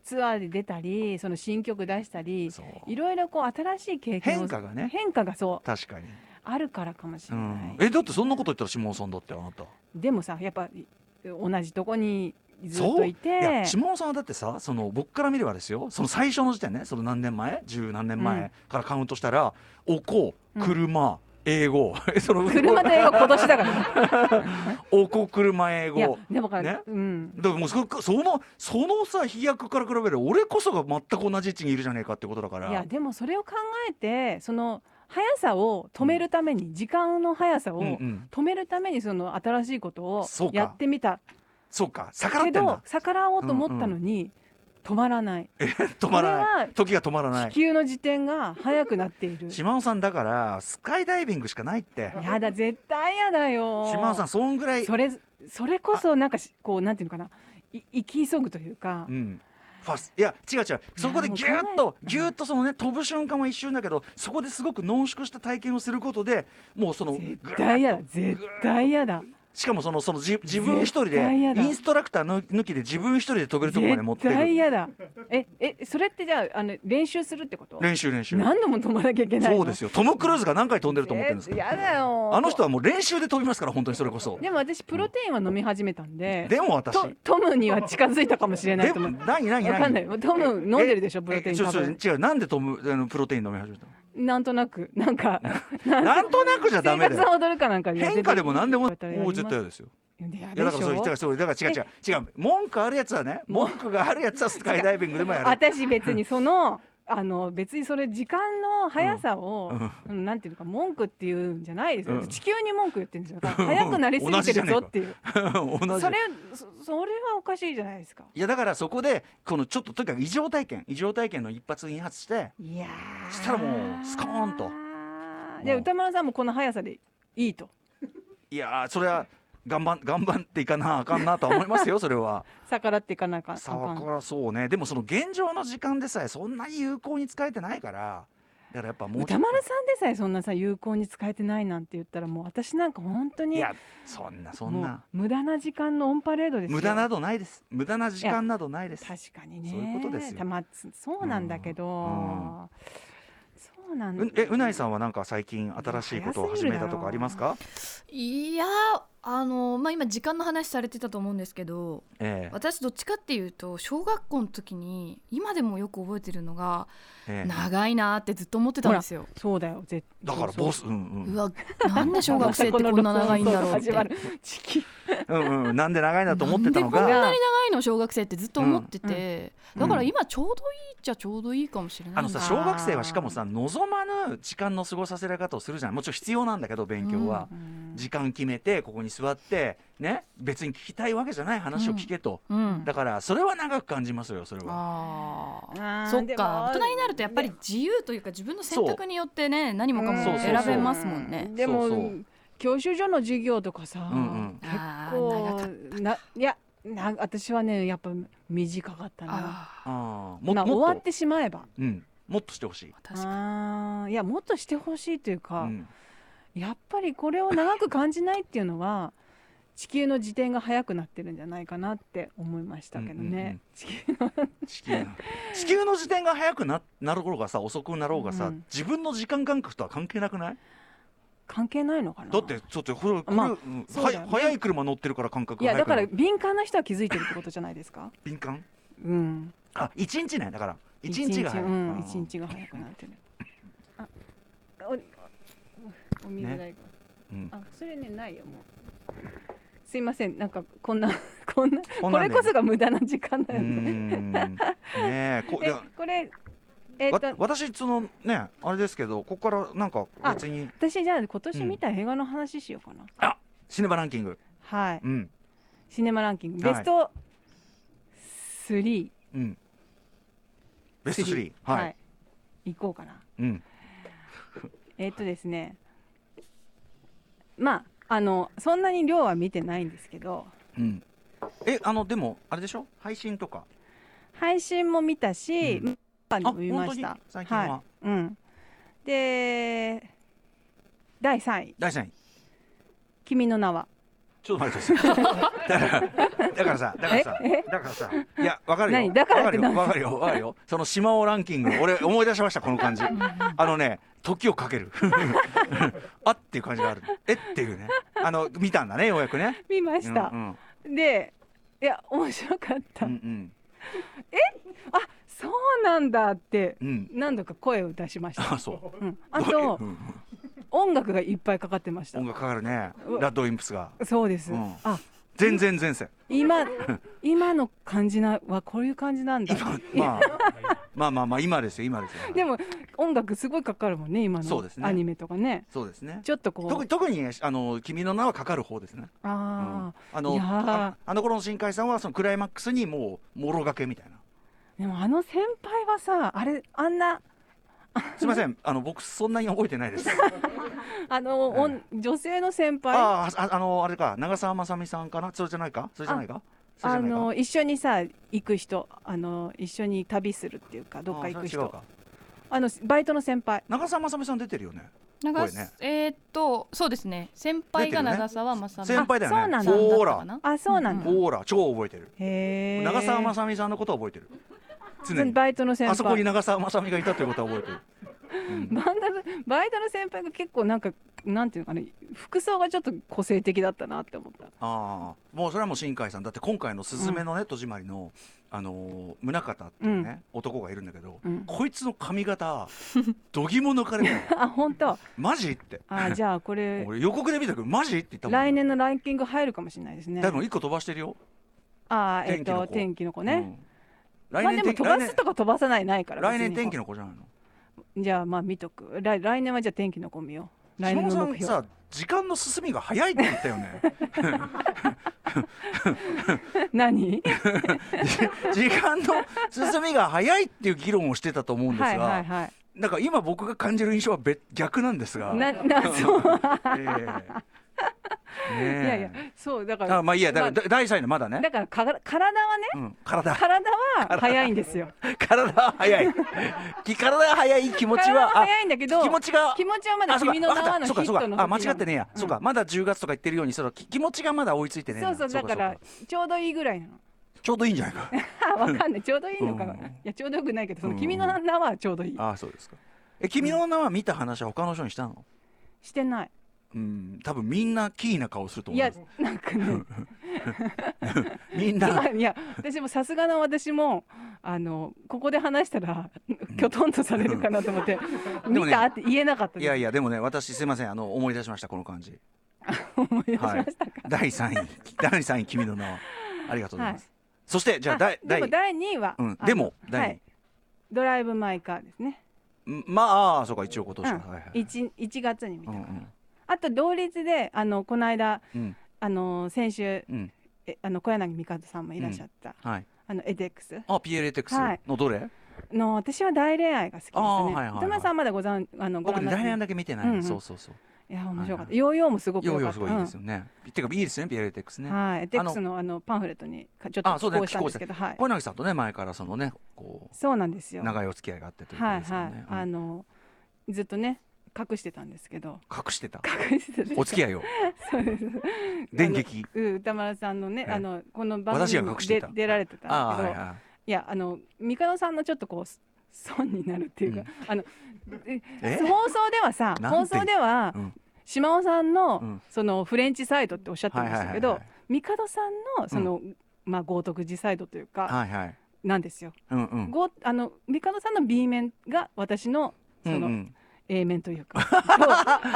ツアーで出たりその新曲出したりそういろいろこう新しい経験を変化がね変化がそう確かに、あるからかもしうれなんい、、えだってそんなこと言ったら下尾さんだってあなたでもさやっぱ同じとこにずっそとういいてや下尾さんはだってさその僕から見ればですよその最初の時点ねその何年前十何年うん前からカウントしたら、おこうん車、英語 その車と映画今年だ からおこ車英いや語でもから、ねうんだからもうそそのそのさ飛躍から比べる俺こそが全く同じ位置にいるじゃねえかってことだからいやでもそれを考えてその速さを止めるために、時間の速さをうんう止ん、めるためにその新しいことをそうかやってみたそうか逆らっけてんどだ逆らおうと思ったのに、止まらない止まらないこれは時が止まらない地球の時点が速くなっている。島尾さんだからスカイダイビングしかないってやだ絶対やだよ。島尾さんそんぐらい、それそれこそなんかしこうなんていうのかない生き急ぐというかう。ん、ファスいや違う違うそこでギューッとギューッとそのね飛ぶ瞬間は一瞬だけどそこですごく濃縮した体験をすることでもうその絶ぐら対やだ絶対やだしかもそのそのじ自分一人で絶対やだインストラクターの抜きで自分一人で飛べるところまで持っ絶てく対るやだええそれってじゃああの練習するってこと練習練習何度も止まなきゃいけないのそうですよトム・クルーズが何回飛んでると思ってるんですえかやだよあの人はもう練習で飛びますから本当にそれこそでも私プロテインは飲み始めたんででも私トトムには近づいたかもしれないでと思もう何何わかんない何トム飲んでるでしょプロテインえちょ多ちょ分違うなんでトムあのプロテイン飲み始めたのなんとなくなんかなんとなくじゃダメだ生よ。活の踊るかなんかで変化でも何でも、もやりますう絶対嫌ですよ。いやいやでだしからそう、だからょそう、だから違う違う、違う、文句あるやつはね、文句があるやつはスカイダイビングでもやる。私別にそのあの別にそれ時間の速さを、うんなんていうのか文句っていうんじゃないですよ、うん地球に文句言ってるんですよん速くなりすぎ同じてじゃるねえぞかっていう 同じそ。れそそれはおかしいじゃないですかいやだからそこでこのちょっととにかく異常体験異常体験の一発二発していやーしたらもうスコーンとでもう歌丸さんもこの速さでいいといやーそれは頑張ん頑張っていかなあかんなとは思 いますよそれは逆らっていかなあかんあさかあんこらそうねでもその現状の時間でさえそんなに有効に使えてないからだからやっぱもうち歌ょっ丸さんでさえそんなさ有効に使えてないなんて言ったらもう私なんか本当といにやそんなそんもうな無駄な時間のオンパレードですよ無駄などないです無駄な時間などないです確かにねそういうことですよたまそうなんだけど、うんそうなんだうえうないさんはなんか最近新しいことを始めたとかありますか？いやーあのまあ今時間の話されてたと思うんですけどえ私どっちかっていうと小学校の時に今でもよく覚えてるのがえええ長いなーってずっと思ってたんですよ。そうだよ絶だからボスうんううんわなんで小学生ってこんな長いんだろうって始まる地球 うんうんなんで長いなと思ってたのなんでこんながに長いの小学生ってずっと思ってて、うんだから今ちょうどいいっちゃちょうどいいかもしれないあのさ小学生はしかもさ望まぬ時間の過ごさせられ方をするじゃんもちろん必要なんだけど勉強は、うん時間決めてここに座ってね別に聞きたいわけじゃない話を聞けと、うんだからそれは長く感じますよそれは。あーあーそっでもか大人になるとやっぱり自由というか自分の選択によってね何もかもそうそうそう選べますもんね。でもそうそう教習所の授業とかさ、うんうん結あー長か構ないやな私はねやっぱ短かったな。あああもまあもっと終わってしまえば。うん、もっとしてほしい。ー確かにあーいやもっとしてほしいといううか、ん、やっぱりこれを長く感じないっていうのは 地球の自転が速くなってるんじゃないかなって思いましたけどうんうんうねん。地球地球の地球の時点が早くななる頃がさ遅くなろうがさ、うん自分の時間感覚とは関係なくない関係ないのかな。だってちょっとこれ、これまあうんそうはだよね早い車乗ってるから感覚いがやだ早くなからる敏感な人は気づいてるってことじゃないですか。敏感うん。あ一日ねだから一日一日,、が早ういん、あー一日が早くなってる。あ、お、お水代が、うんあ、それねないよもう。すいません、なんかこんな こんなここんなれんでこそが無駄な時間だうーよね。んねえこいえや、これえっわと私そのねあれですけどここからなんか別に私じゃあ今年見た映画の話しようかな。シネマランキングはい。うんシネマランキングはいベスト3、うんベスト3はい、はい、行こうかな。うんえっとですね、まああのそんなに量は見てないんですけど。うんえあのでもあれでしょ配信とか配信も見たし、う見たのも見ま本当しにた。最近は、いうん、で第3位第3位「君の名はちょっと待ってくださいだからだからさだからさえだからさいやわかるよ何だからってわかるよわかるよわかるよその島尾ランキング俺思い出しましたこの感じあのね時を かけるあっていう感じがあるえっていうねあの見たんだねようやくね」見ましたう。んでいや面白かっうた、んうんあそうなんだってうんうん何度か声を出しました。あそううん、あう とん音楽がいっぱいかかってました音。楽かかるねうラッドウィンプスがそうです、うんあ全然前世今今の感じなはこういう感じなんだ今まあまあまあまあ今ですよ今ですよでも音楽すごいかかるもんね今そうのですねアニメとかねそうですねちょっとこう特に特にねあの君の名はかかる方ですねああいのやーああの頃の新海さんはそのクライマックスにもうもろがけみたいなー、でもあの先輩はさあれあんなすみませんあの僕そんなに覚えてない ですあの、おん女性の先輩ああーああのあれか長澤まさみさんかなそれじゃないかそれじゃないかそれじゃないかの一緒にさ行く人あの一緒に旅するっていうかどっか行あくーそれ違う人かあのバイトの先輩長澤まさみさん出てるよね長これねえーっとそうですね先輩が長澤まさみ先輩だよねあそうなんだほーだったからなあそうなんだ、ほーら超覚えてるへえ長澤まさみさんのことは覚えてる常にバイトの先輩あそこに長澤まさみがいたということは覚えてる、うんバンダムバイトの先輩が結構なんかなんていうのかな服装がちょっと個性的だったなって思ったああもうそれはもう新海さんだって今回の「すずめのね戸締まりの」あのー宗像っていうね、男がいるんだけど、うんこいつの髪型どぎも抜かれない あ本当マジって あじゃあこれ俺予告で見たけどマジって言ったもん来年のランキング入るかもしれないですねでも一個飛ばしてるよ、あーえっ、と天天気の子ね、うんまあ来で年も天気、飛ばすとか飛ばさないないから来年天気のの子じゃないのじゃあまあ見とく来来年はじゃあ天気の子見よう来年下の野目標さんさ時間の進みが早いって言ったよね 何時間の進みが早いっていう議論をしてたと思うんですが、はいはいはいなんか今僕が感じる印象は別逆なんですがな なそう ええねえいやいやそうだからあまあいいやだから、まだ第3位のまだあねだからから体はねうん、体 体は早いんですよ体は早い き体が早 い気持ち体ははあ早いんだけど気持ちが気持ちはまだあそうか君の名はのヒッわかったそうかトそうのかあ間違ってねえや、うんそうかまだ10月とか言ってるようにそのき気持ちがまだ追いついてねえそなうそうだかからそうかちょうどいいぐらいなのちょうどいいんじゃな いかあわかんないちょうどいいのかうんいやちょうどよくないけどそのうん君の名はちょうどいいああそうですかえ君の名は見た話は他の人にしたのしてないうん多分みんなキーな顔すると思いうやなんかねみんないや私もさすがの私もあのここで話したらきょとんとされるかなと思ってでも見ねたって言えなかったいやいややでもね私すいませんあの思い出しましたこの感じ思い出しま はいしたか、第3位第3位君の名はありがとうございます、はそしてじゃああ第で第も第2位は、うんあのでもは第い、ドライブ・マイ・カーですね、んまあああそうか一応今う年んか、はいはい 1, 1月に見うたんうから、んあと同率であのこの間うんあの先週うんえあの小柳美香さんもいらっしゃった、はいあのエデックスあ PLATX のどれ、の私は大恋愛が好きでしたね。あーはいはいはいトマさんまだござんあのご僕覧ねになって来年だけ見てない、うんうんそうそうそういや面白かった。はいはいヨーヨーもすごく良よかいった。よすごいいいですよね、てかいいですね PLATX うね、んはい。エデックスのあのパンフレットにかちょっとあそうね寄稿したんですけど、はい。小柳さんとね前からそのねこそうなんですうよ。長いお付き合いがあってということはいですよはいね、、あうんのずっとね隠してたんですけど隠してた隠してたお付 き合いをそうです電撃うん歌丸さんのね、ええあのこの番私組がに隠して出た出られてたんあであすけどーはいはいやあの三野さんのちょっとこうす損になるっていうか、うんあのいえ放送ではさなんて放送では、うん島尾さんの、うんそのフレンチサイドっておっしゃってましたけど、はい帝さんのその、まあ豪徳寺サイドというか、はいはいなんですよ。うんうんごあの帝さんの B 面が私のその、うん A 面という かと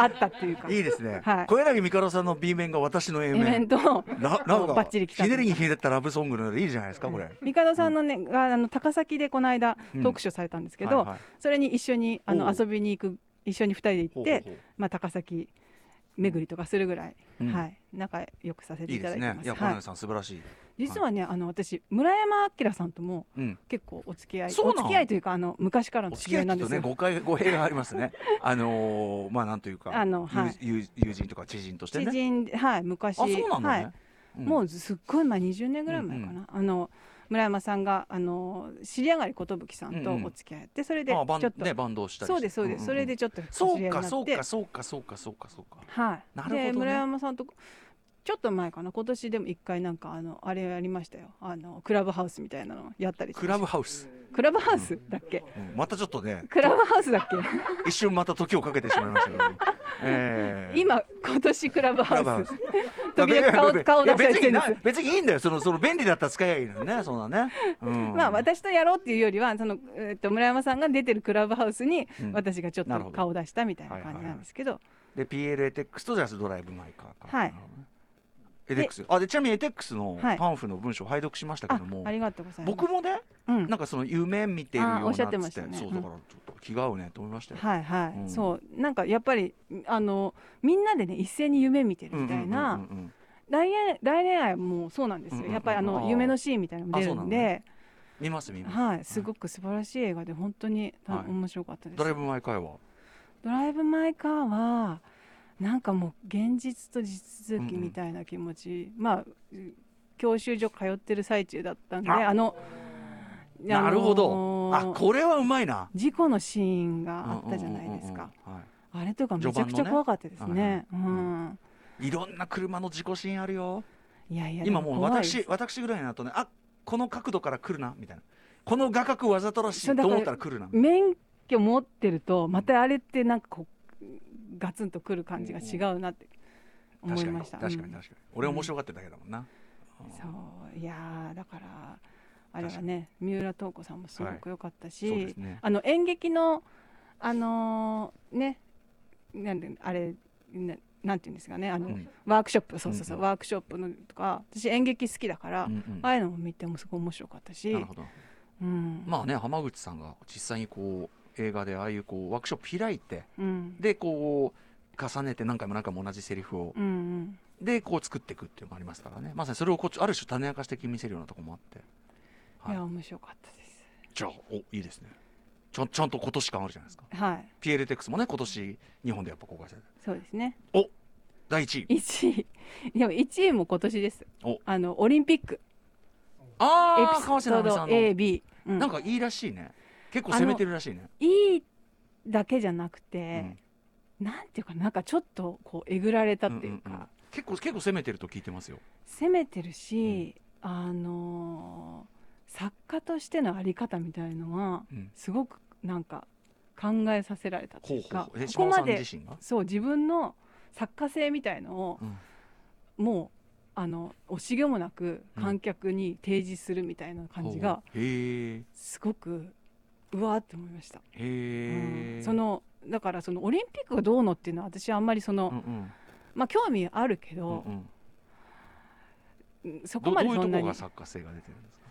あったっていうか うん、いいですね、はい小柳美香さんの B 面が私の A A 面面とななんかバッチリ来たひねりにひねったラブソングのでいいじゃないですかこれ、帝さんのね、があの高崎でこの間うんトークショーされたんですけど、はいはいそれに一緒にあおのう遊びに行く一緒に二人で行ほっうほうてほうまあ、高崎巡りとかするぐらい、うんはい、仲良くさせていいいただですいてねまいす。や小はい柳さん素晴らしい、実はね、あの私村山明さんともうん、結構お付き合いそうおなの付き合いというかあの昔からおの付知きり合合いいなちょんでっとすねよ。誤解語弊がありま すねあのーまあなんというかあのはい友友友人とか知人として知ね人ではい昔あそうなんだはね、い、うんもうすっごいまあ20年ぐらい前かな、あの村山さんがあの知り上がり寿さんとうんうんお付き合いやってそれでちょあっとバン、ねバンドをしたりしてそうですそうです、んんんそれでちょっとそ知り合いうになかってそうかそうかそうかそうかそうかはい、なるほどねで村山さんとちょっと前かな今年でも一回なんかあのあれやりましたよあのクラブハウスみたいなのやったりしましクたラブハウス、クラブハウスだっけうんまたちょっとねクラブハウスだっけ一瞬また時をかけてしまいましたけど、えー今今年クラブクハラブハウウスス時々顔いや顔出したり別してるんにですな別にいいんだよそのその便利だったら使えばいいのにねそんなね、うんまあ私とやろうっていうよりはその、えっと村山さんが出てるクラブハウスにうん私がちょっなとるほど顔出したみたいな感じなんですけど、で PLATX とジャスドライブマイカーかはいなるほどねエテックスあでちなみにエテックスのはいパンフの文章を拝読しましたけども、あありがとうございます僕もねうんなんかその夢見てるようなあーおっしゃってましたねつってそううんだからちょっと気が合うねと思いましたよ、はいはい、うんそうなんかやっぱりあのみんなでね一斉に夢見てるみたいな、うんうんうんうん大恋大恋愛もそうなんですよ、うんうんうんやっぱりああのー夢のシーンみたいなのも出るんで、見ます見ます、はい、すごく素晴らしい映画で本当に、たはい面白かったですドライブマイカーはドライブ・マイ・カーはなんかもう現実と地続きみたいな気持ち、まあ教習所通ってる最中だったんでああのなるほあどあのーこれはうまいな事故のシーンがあったじゃないですか、、うんうんうんうんはあれとかめちゃくち序盤のゃね怖かったですねはいはいうんい、いろんな車の事故シーンあるよいやいや今もう怖いです私私ぐらいになるとねあこの角度から来るなみたいなこの画角わざとらしいと思ったら来るなみたいな免許持ってるとまたあれってなんかこうガツンとくる感じが違うなって思い確かにました確かに確かに、俺面白がってるだけだもんな、うんそういやーだからあれはね三浦透子さんもすごく良かったし、そうですねあの演劇のあのーねなんであれななんていうんですかねあの、うんワークショップそうそうそう、うんワークショップのとか私演劇好きだから、うんうんああいうのも見てもすごい面白かったしなるほどうんまあね浜口さんが実際にこう映画でああいうこうワークショップ開いてうんでこう重ねて何回も何回も同じセリフをうんうんでこう作っていくっていうのがありますからねまさにそれをこっちある種種明かし的に見せるようなとこもあって、いはいや、面白かったですじゃあおいいですねちゃんちゃんと今年感あるじゃないですかはい、 PLTX もね今年日本でやっぱ公開されてそうですね。第1位一位、 でも一位も今年ですお。あのオリンピック、エピああ川瀬ソー直美ドさんの A、B、うんなんかいいらしいね結構攻めてるらしいね、いいだけじゃなくうんて、なんていうかなんかちょっとこうえぐられたっていうか、んんん結構結構攻めてると聞いてますよ攻めてるし、あのー作家としてのあり方みたいのがうんすごくなんか考えさせられたとほいううほうか、ほうえここ島尾まさんで自身がそう自分の作家性みたいのをうんもうあの惜しげもなく観客に提示するみたいな感じがほうへえすごくうわーって思いました、へえ、うんそのだからそのオリンピックがどうのっていうのは私はあんまりその、うんうんまあ興味あるけうんどう、んうんそこどまどうでいうそんなとこにがう作家性が出てるんですか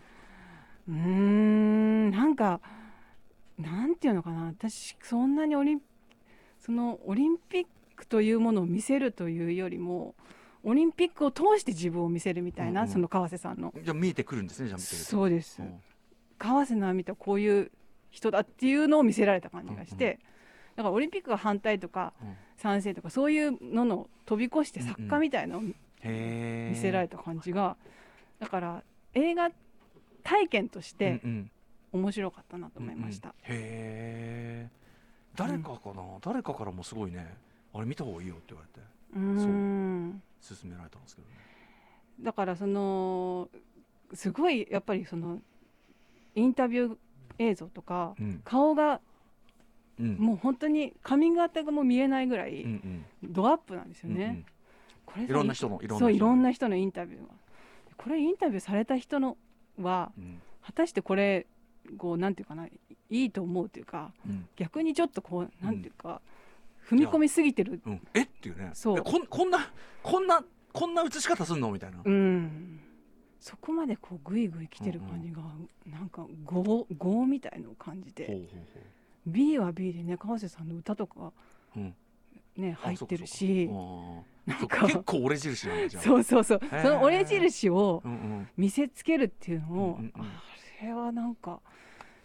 ーんなんかなんていうのかな私そんなにオリンそのオリンピックというものを見せるというよりもオリンピックを通して自分を見せるみたいな、うんうんその川瀬さんの。じゃあ見えてくるんですねじゃあ見てるとそうです、うん川瀬直美とはこういう人だっていうのを見せられた感じがして、だからオリンピックが反対とかうん賛成とかそういうのの飛び越してうんうん作家みたいなのをへえ見せられた感じが、だから映画体験として、うんうん面白かったなと思いました、うんうんへえ誰かかな、誰かからもすごいねあれ見た方がいいよって言われてうんそうん勧められたんですけどねだからそのすごいやっぱりそのインタビュー映像とかうん顔がうんもう本当に髪型がもう見えないぐらうんういんドアップなんですうよんね、うんこれいろんな人のいろんな人のそういろんな人のインタビューがこれインタビューされた人のはうん果たしてこれこうなんていうかないいと思うというかうん逆にちょっとこうなんていうか、ん踏み込みすぎてるうんえっていうねそうえこんこんなこんなこんな映し方すんのみたいな、うんそこまでこうグイグイ来てる感じが、なんか業業みたいのを感じほうてほうほ B は B でね川瀬さんの歌とかう、うん、ねあ入ってるしそうなんかかそうかあーそう結構俺印なんだじゃんそうそうそうへーそのオレンジ印をうんうん見せつけるっていうのを、うんうんうんあれはなんか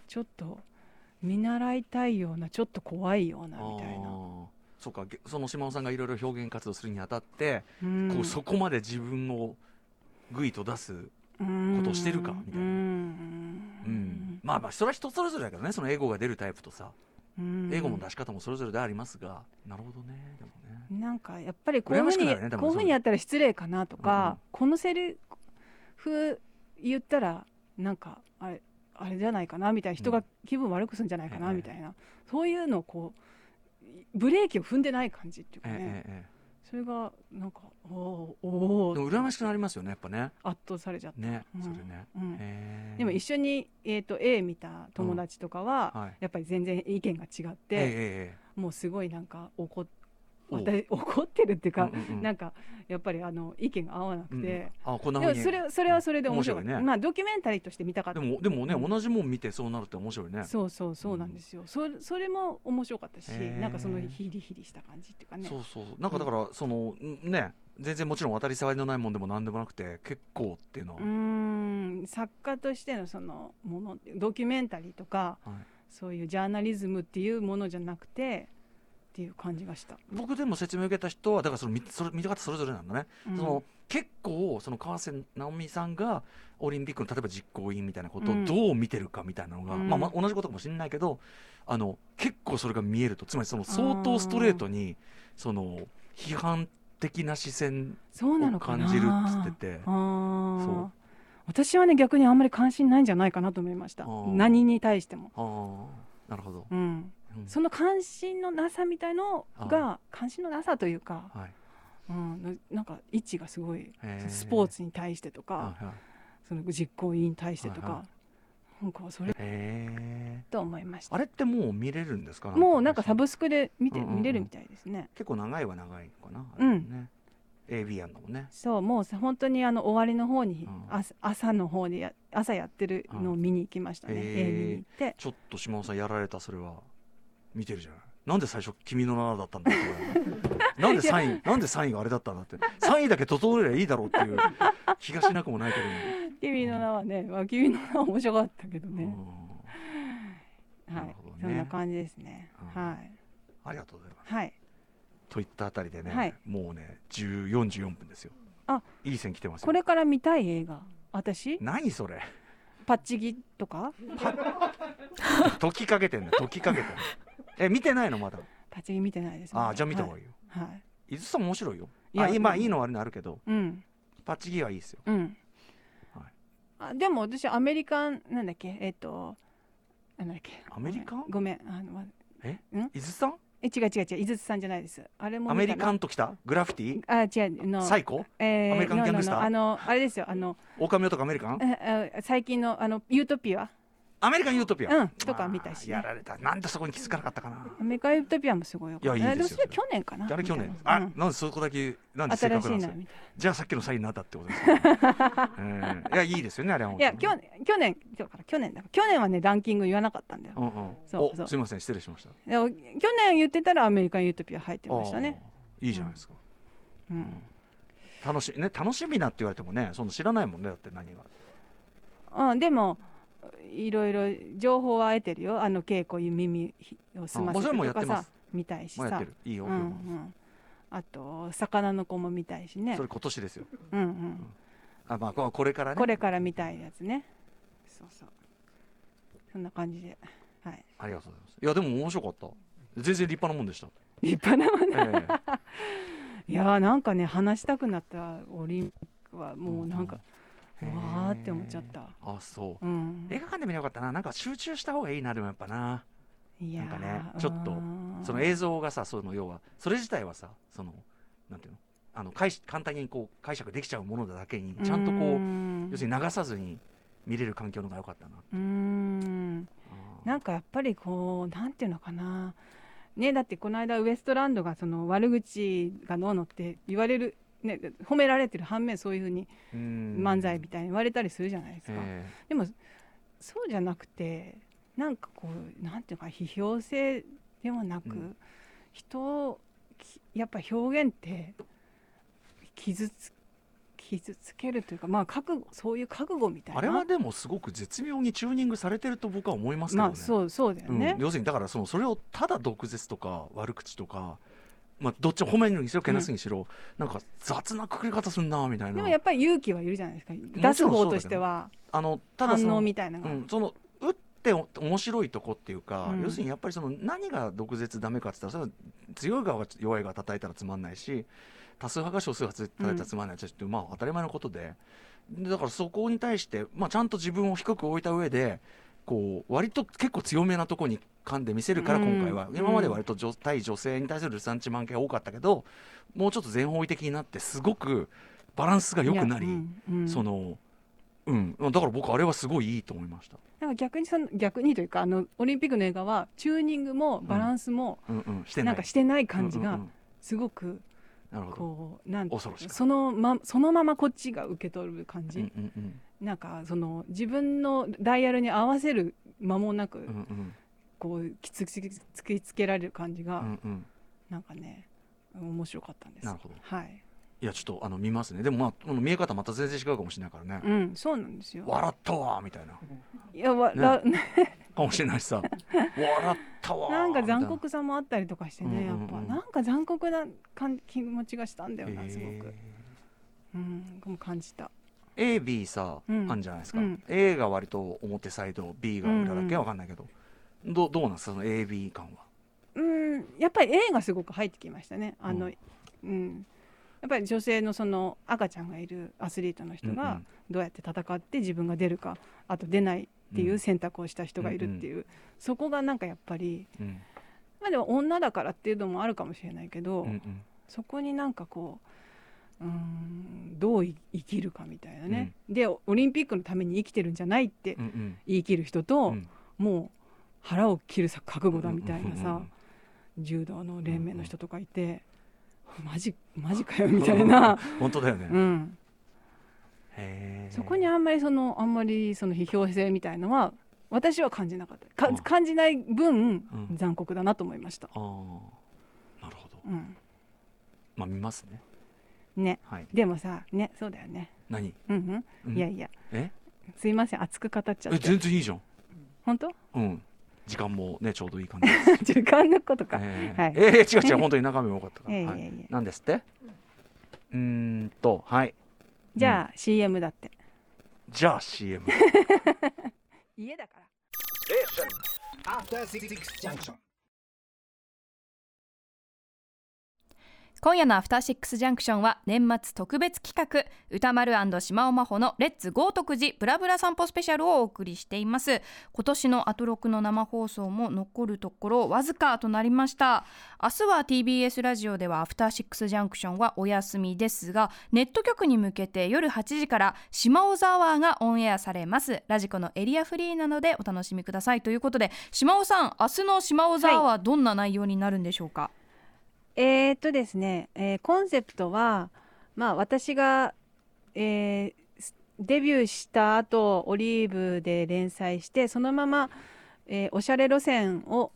ちょっと見習いたいようなちょっと怖いようなみたいあな、ーそうかげその島尾さんがいろいろ表現活動するにあたって、うんこうそこまで自分をグイと出す、うんことをしてるかみたいなうんまあまあそれは人それぞれだけどねそのエゴが出るタイプとさ、うんエゴも出し方もそれぞれでありますがなるほどねでもねなんかやっぱりこういう羨ましふうくに、なるね多分こういうふうにやったら失礼かなとうんうんか、このセリフ言ったらなんかあれあれじゃないかなみたいな人うがん気分悪くするんじゃないかえなえみたいな、そういうのをこうブレーキを踏んでない感じっていうかええね、えええそれがなんかおおえおでーも羨ましくなりますよねやっぱね圧倒されちゃった、ね、うんそれね、うんへえでも一緒に、えー、と A 見た友達とかは、はいやっぱり全然意見が違っえて、ええもうすごいなんか怒っおう私怒ってるっていうえか、うんうんうんなんかやっぱりあの意見が合わなうくんうんて、あこんなでも風にそれそれはそれで面白い,、面白いねまあドキュメンタリーとして見たかっでた、もでもね、うん同じもん見てそうなるって面白いねそうそうそうなんですよ、それそれも面白かったし、へーなんかそのヒリヒリした感じっていうかねそうそうそうなんかだから、そのんね全然もちろん当たり障りのないもんでも何でもなくて結構っていうのは、うーん作家としてのそのものドキュメンタリーとか、はいそういうジャーナリズムっていうものじゃなくてっていう感じがした、僕でも説明受けた人はだからそのみそれ見た方それぞれなんだね、うんその結構その川瀬直美さんがオリンピックの例えば実行委員みたいなことをうんどう見てるかみたいなのが、うんまあ、まあ同じことかもしれないけどあの結構それが見えるとつまりその相当ストレートにその批判的な視線そうなをのかな感じるっつってて。あーそう私はね逆にあんまり関心ないんじゃないかなと思いましたあー何に対しても、あーなるほど、うん、うんその関心のなさみたいのが関心のなさというか、はいうん、ななんか位置がすごいへースポーツに対してとはかいはいその実行委員に対してとはいはかなんかそれへえと思いましたあれってもう見れるんですかもうなんかサブススクで見て、うんうんうん見れるみたいですね。結構長いは長いのかな、うんあれね AB やんのもねそうもうさ本当にあの終わりの方に、うん朝朝の方でや朝やってるのを見に行きましたね、うんへー映見に行ってちょっと島尾さんやられたそれは見てるじゃないなんで最初「君の名はだったんだ」 ってなんでサインなんでサインがあれだったんだってサインだけ整えればいいだろうっていう気がしなくもないけどね「君の名はね」まあ「君の名は面白かったけどうね、んはなるいほどねそんな感じですね、うんはいありがとうございますはいといったあたりでね、はいもうね10 44分ですよあいい線来てますよこれから見たい映画私何それパッチギとか解きかけてんの解きかけてんの え見てないのまだパッチギ見てないですあーじゃあ見た方がいいよ、はい、はい伊豆さん面白いよいやあいいまあうんいいのはあるのあるけどうんパッチギはいいですようん、はいあでも私アメリカンなんだっけえっ、とあなんだっけアメリカンごめんごめんあのわ伊豆さんえ違う違う違う井筒さんじゃないですあれもアメリカンンときたグラフィティあ違うのサイコえーアメリカンギャングスター no, no, no, あのあれですよあのオカミ男アメリカンええ最近のあのユートピアアメリカンユートピア、うんとか見たしねあーやられたなんでそこに気づかなかったかなアメリカンユートピアもすごいよかったいやいいですよえもそれ去年かなあれ去年みたあ、いななんでそこだけなうんんで新正確しなんいでなすかみたいじゃあさっきのサインなんだってことで すよ、ねうんいやいいですよねあれは本ないや当に去年去年今日から去年だから去年はねランキング言わなかったんだようんうんそうそうおすいません失礼しましたでも去年言ってたらアメリカンユートピア入ってましたねあいいじゃないですか、うんうん楽しね、楽しみなって言われてもねその知らないもんねだって何がうん、でもいろいろ情報は得てるよあの稽古耳を澄ませあそれもてやとってかまさす見たいしもうやっさて、るいいよ、うんうん、あと魚の子も見たいしねそれ今年ですようんうん、あまあここれからねこれから見たいやつねそうそうそんな感じで、はい、ありがとうございますいやでも面白かった全然立派なもんでした、立派なものええいやーなんかね話したくなったオリンピックは もうなんか、うんうんわーって思っちゃった、あそううん映画館で見ればよかったななんか集中した方がいいなでもやっぱないやーなんかねちょっとうんその映像がさその要はそれ自体はさそのなんていうのあの解し簡単にこう解釈できちゃうものだけにちゃんとこううん要するに流さずに見れる環境の方が良かったなうんなんかやっぱりこうなんていうのかなねだってこの間ウエストランドがその悪口がどうのって言われる、ね、褒められてる反面そういうふうに漫漫才みたいに言われたりするじゃないですか、えでもそうじゃなくてなんかこうなんていうのか批評性でもなく、うん人をきやっぱ表現って傷つ傷つけるというかまあ覚悟そういう覚悟みたいえなあれはでもすごく絶妙にチューニングされてると僕は思いますけどまね。あそうそうだようんね、要するにだからそのそれをただ毒舌とか悪口とか、まあ、どっちも褒めるにしろけなすにしろ、なんか雑なくくり方すんなみたいでなもやっぱり勇気はいるじゃないですかろん出す方としてはあのただそ反応の,、みたいなのうが、ん、その打ってお面白いとこっていうか、うん要するにやっぱりその何が毒舌ダメかって言ったらそれは強い側が弱い側叩いたらつまんないし多数派が少数派叩いたらつまんないし、ってまあ当たり前のことででだからそこに対して、まあ、ちゃんと自分を低く置いた上でこう割と結構強めなとこに噛んで見せるからうん今回は、今まで割と女対女性に対する産地満系が多かったけどもうちょっと全方位的になってすごくバランスが良くなり。いやうんうんそのうん、だから僕あれはすごいいいと思いました。なんか逆にその逆にというかあのオリンピックの映画はチューニングもバランスも、うんうん、してなないんかしてない感じうんがうんすごくうんなるほど。こうなん恐ろしかったそのまそのままこっちが受け取る感うじ、んうんうんなんかその自分のダイヤルに合わせる間もなく、うんうんこうきつきつきつけられる感じが、うんうん。なんかね面白かったんです。なるほどはい。いやちょっとあの見ますね。でもまあこの見え方また全然違うかもしれないからうね。ん、そうなんですよ。笑ったわーみたいなかいやわ、らもしれないし さ。笑ったわーなんかみたい残酷さもあったりとかしてね、うやんうんうんっぱなんか残酷な感気持ちがしたんだよな、すごくえ、うん、も感じた。ー A B さ、うんあんじゃないですか、うん A が割と表サイド B が裏だけわかんないけど、どどうなんですかその A B 感は。うん、やっぱり A がすごく入ってきましたね。あの、ううん、やっぱり女性のその赤ちゃんがいるアスリートの人うんうがんどうやって戦って自分が出るか、あと出ないっていう選択をした人がいるっていう、そこがなんかやっぱり、うんまあでも女だからっていうのもあるかもしれないけど、うんうんそこになんかこううんどうい生きるかみたいなね、でオリンピックのために生きてるんじゃないってうんうん言い切る人と、うんもう腹を切るさ覚悟だみたいなさ、うんうんうん柔道の連盟の人とかいて、マジマジかよみたいな、本当だよね。うん、へーそこにあんまりそのあんまりその批評性みたいのは私は感じなかったかあ感じない分、ん残酷だなと思いました。ああなるほどうん、まあ見ますねねはいでもさねそうだよね。何、うんううんん、いやいやえすいません熱く語っちゃってえ全然いいじゃん本当 うん時間もねちょうどいい感じです、時間のことか、えーはいえー 違う違う本当に中身も良かったから、いやはいやいやなんですってうーんとはいじゃあ、CM だってじゃあ CM 家だから After Six Junction. 今夜のアフターシックスジャンクションは年末特別企画歌丸島尾真帆のレッツ豪徳寺ブラブラ散歩スペシャルをお送りしています今年のアトロクの生放送も残るところわずかとなりました明日は TBS ラジオではアフターシックスジャンクションはお休みですがネット局に向けて夜8時から島尾ザワーがオンエアされますラジコのエリアフリーなのでお楽しみくださいということで島尾さん明日の島尾ザワーはどんな内容になるんでしょうか、えー、っとですね、えーコンセプトは、まあ、私が、えーすデビューした後オリー ブで連載してそのまま、えーおしゃれ路線を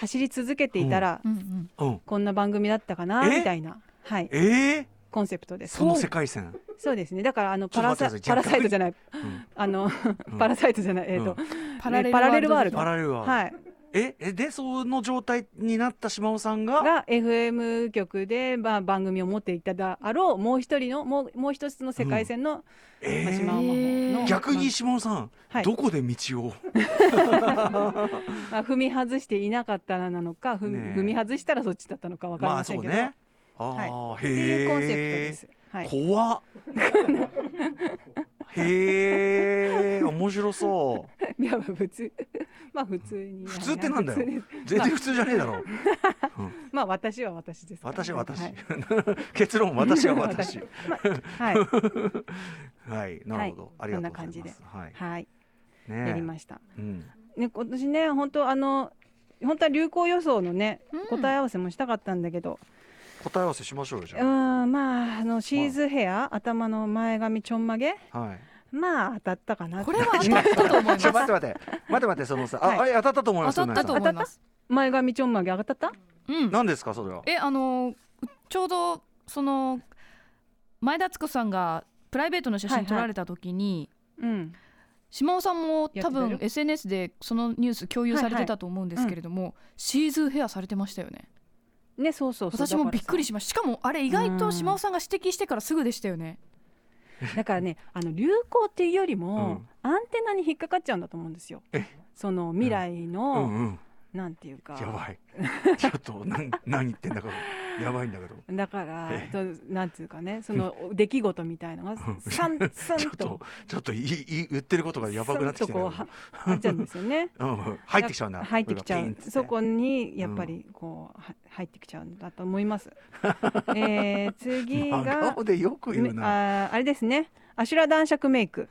走り続けていたら、うんうんうん、こんな番組だったかなえみたいな、はい、ええコンセプトですその世界線、そうですねだからあのちょパっとラ待っサてくださいパラサイトじゃないうんあの、んパラサイトじゃないえっ、と、パねパラレルワールドパラレルは、はいええでその状態になった島尾さんがが FM 局で、まあ、番組を持っていただあろうもう一人のもうもう一つの世界線の、えまあー島尾真帆の逆に島尾さん、はいどこで道をまあ、踏み外していなかったらなのか、踏みねえ踏み外したらそっちだったのかわかりままあせそんうけど、ねああ、はい、ってへいえうコンセプトです。はい、怖っへえ面白そういやまあ普通、まあ普通に。普通ってなんだよはい普通です全然普通じゃねえだろうまあ私は私ですからね、私は私、はい。 結論私 は私はい、はいなるほど、ありこんがとうございまな感すはいはい ねえやりました。うんね、今年ね、本当あの、本当は流行予想のね、答え合わせもしたかったんだけど。答え合わせしましょうよじうーゃん、まあ、あのシーズヘア、頭の前髪ちょんまげ。あ、はいまあ、当たったかな。これは当たったと思いま すちょ待って待って待って待ってそのさあ、はいあれ当たったと思いま当すたったと思います前髪ちょんまげ当たった。うん何ですかそれはえあのちょうどその前田敦子さんがプライベートの写はいは真い撮られた時に、うん。島尾さんもや多ってたよ分 SNS でそのニュース共有されてたと思うんですけれども、シーズンヘアされてましたよねね、そうそうそう。私もびっ くりしましたしかもあれ意外うとん島尾さんが指摘してからすぐでしたよねだからね、あの流行っていうよりも、アンテナに引っかかっちゃうんだと思うんですよえ。その未来うの、んうんなんていうか。やばいちょ っとなん何言ってんだかやばいんだけどだからえ、となんていうかね、その出来事みたいなのが、さん、さ ちょんっとと。ちょっといい言ってることがやばくなってきてスンとこう、るは、入っちゃうんですよね。うんうん入ってきちゃうんだ入ってきちゃこれうがピンっつっ。てそこに、やっぱり、こう、は入ってきちゃうんだと思い ます。えー、次真が顔。でよく言うめなあーあれですね。アシュラ男爵メイク。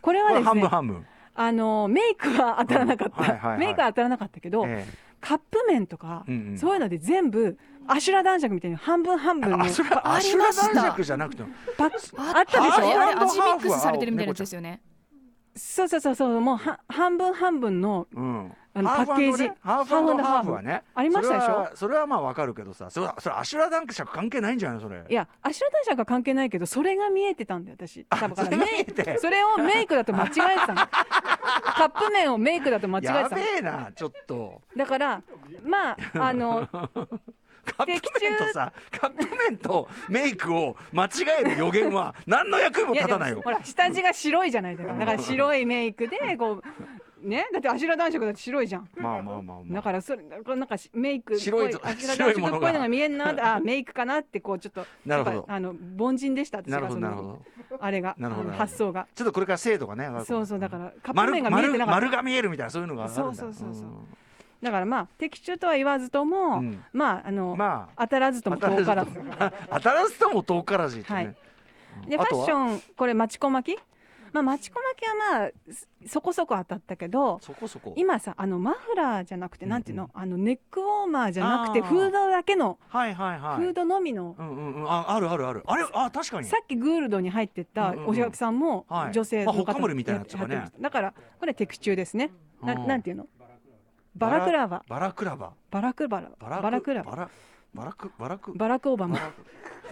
これはでまあす半分ね。半分あのメイクは当たらなかっうんはいはいはたいメイクは当たらなかったけど、えカップ麺とか、うんうんそういうので全部アシュラ男爵みたいに半分半分えのあそれはアシュラ男爵じゃなくてもパッあったでしあれあょれ味ミックスされてるみたいなやつですよねそうそうそうそうもうは半分半分のうんあのパッケージハハーーフフハーフはねありましたでしょそれはそれはまあわかるけどさそれはそれアシュラ男爵関係ないんじゃないのそれいやアシュラ男爵は関係ないけどそれが見えてたんだよ私だからそれがメ見えてイそれをメイクだと間違えてたのカップ麺をメイクだと間違えてやたべのえなちょっとだからまああ のカップ麺とさカップ麺とメイクを間違える予言は何の役にもいや立でたもないよほら下地が白いじゃないですかだから白いメイクでこうねだってアシュラ男爵だって白いじゃんまあまあまあまあだからそれこうなんかしメイクっぽ白いぞあちら白いものがこういうのが見えんなってあメイクかなってこうちょっとなるほどやっぱあの凡人でした私なるがほそどなるほのどあれがなるほどあのなるほど発想がちょっとこれから精度がねそうそうだからカップ丸麺が見えてなかった丸丸が見えるみたいなそういうのがあるんだそうそうそうそうだからまあ的中とは言わずとも、うんまああの、まあ当たらずとも遠からず当たらずとも当たらずとも遠からずってね、はいうんでフあァとッはションこれマチコ巻きまあマチコ巻きはまあそこそこ当たったけどそこそこ今さあのマフラーじゃなくて、うんなんていうのあのネックウォーマーじゃなくてあーフードだけの、はいはいはいフードのみのうんうんうんああるあるあるあれあ確かにさっきグールドに入ってったうんうんうんお客さんもはい女性のまあホッ方カムルみたいなやつとかねやってるだからこれテクチューですねなうんなんていうのバラクラババラクラババラクバラバラバラクラババラバラクバラクバラクオバマ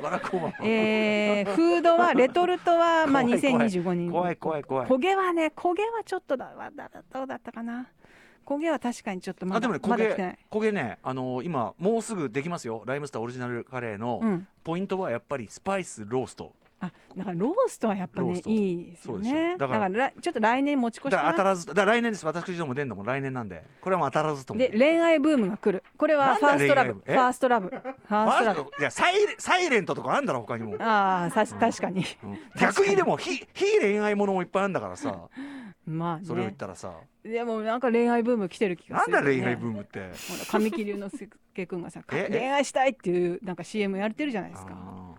バラクオバマえーフードはレトルトはまあ怖い怖い2025人怖い怖い怖い焦げはね焦げはちょっとだわだどうだったかな焦げは確かにちょっとまあでだもねま焦だげ来てない焦げねあのー今もうすぐできますよライムスターオリジナルカレーうのんポイントはやっぱりスパイスローストあだからローストはやっぱローねストいいですよねそうでしょだだかからららちょっと来年持ち越しだかから当たならずだから来年です私ども出んのも来年なんでこれはもう当たらずともで恋愛ブームが来るこれはファーストラブフなんだ恋愛ブームえァーストラブファーストラブいやサイレサイレントとかあんだろ他にも、ああ、さし、確かに。うん逆にでも非非恋愛ものもいっぱいあんだからさまあそれを言ねっ。たらさ、でも、なんか恋愛ブーム来てる気がなすんるよだね、恋愛ブーム。ムってほら、神木隆之介くんがさ、 ええ恋愛したいっていう、なんか CM やれてるじゃないですか。あ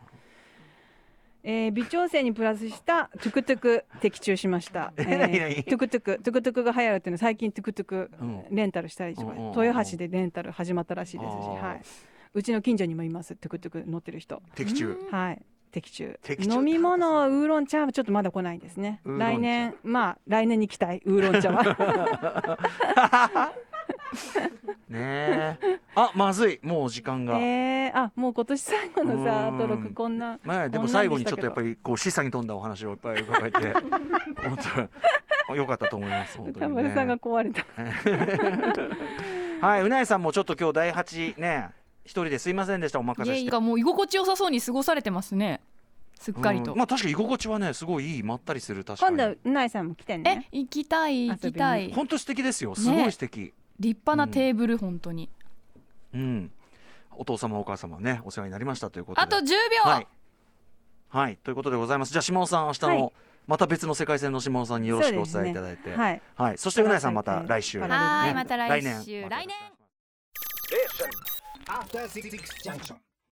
えー微調整にプラスした、トゥクトゥク的中しま した。ええ何何ートゥクトゥク、トゥクトゥクが流行るっていうのは、最近トゥクトゥクうんレンタルしたりとか、うんうんうん豊橋でレンタル始まったらしいですし、あーはい。うちの近所にもいます、トゥクトゥク乗ってる人。ー的中はい。的中的中飲み物はウーロン茶はちょっとまだ来ないですねウーロン茶来 年まあ来年に期待ウーロン茶はねえあまずいもう時間が、えー、あもう今年最後のさうん登録こんなまあ、でも最後にちょっとやっぱりこう示唆に富んだお話をいっぱい伺えて 本当良かったと思います本当田に、丸さんがね、壊れたはいうなえさんもちょっと今日第八ね一人ですいませんでしたお任せしていやもう居心地よさそうに過ごされてますねすっかりと、うんまあ確かに居心地はねすごいいいまったりする確か今に度うないさんも来てえね行きたい行きたい本当素敵ですよすごい素敵、立派なテーブル本当に、うんお父様お母様ねお世話になりましたということであと10秒、はい、はい、ということでございますじゃあ島尾さん明日の、はいまた別の世界線の島尾さんによろしくお伝えいただいて、はいはい、そしてうなえさんまた来週。はねい来また来週年来年 Station. After Six Junction.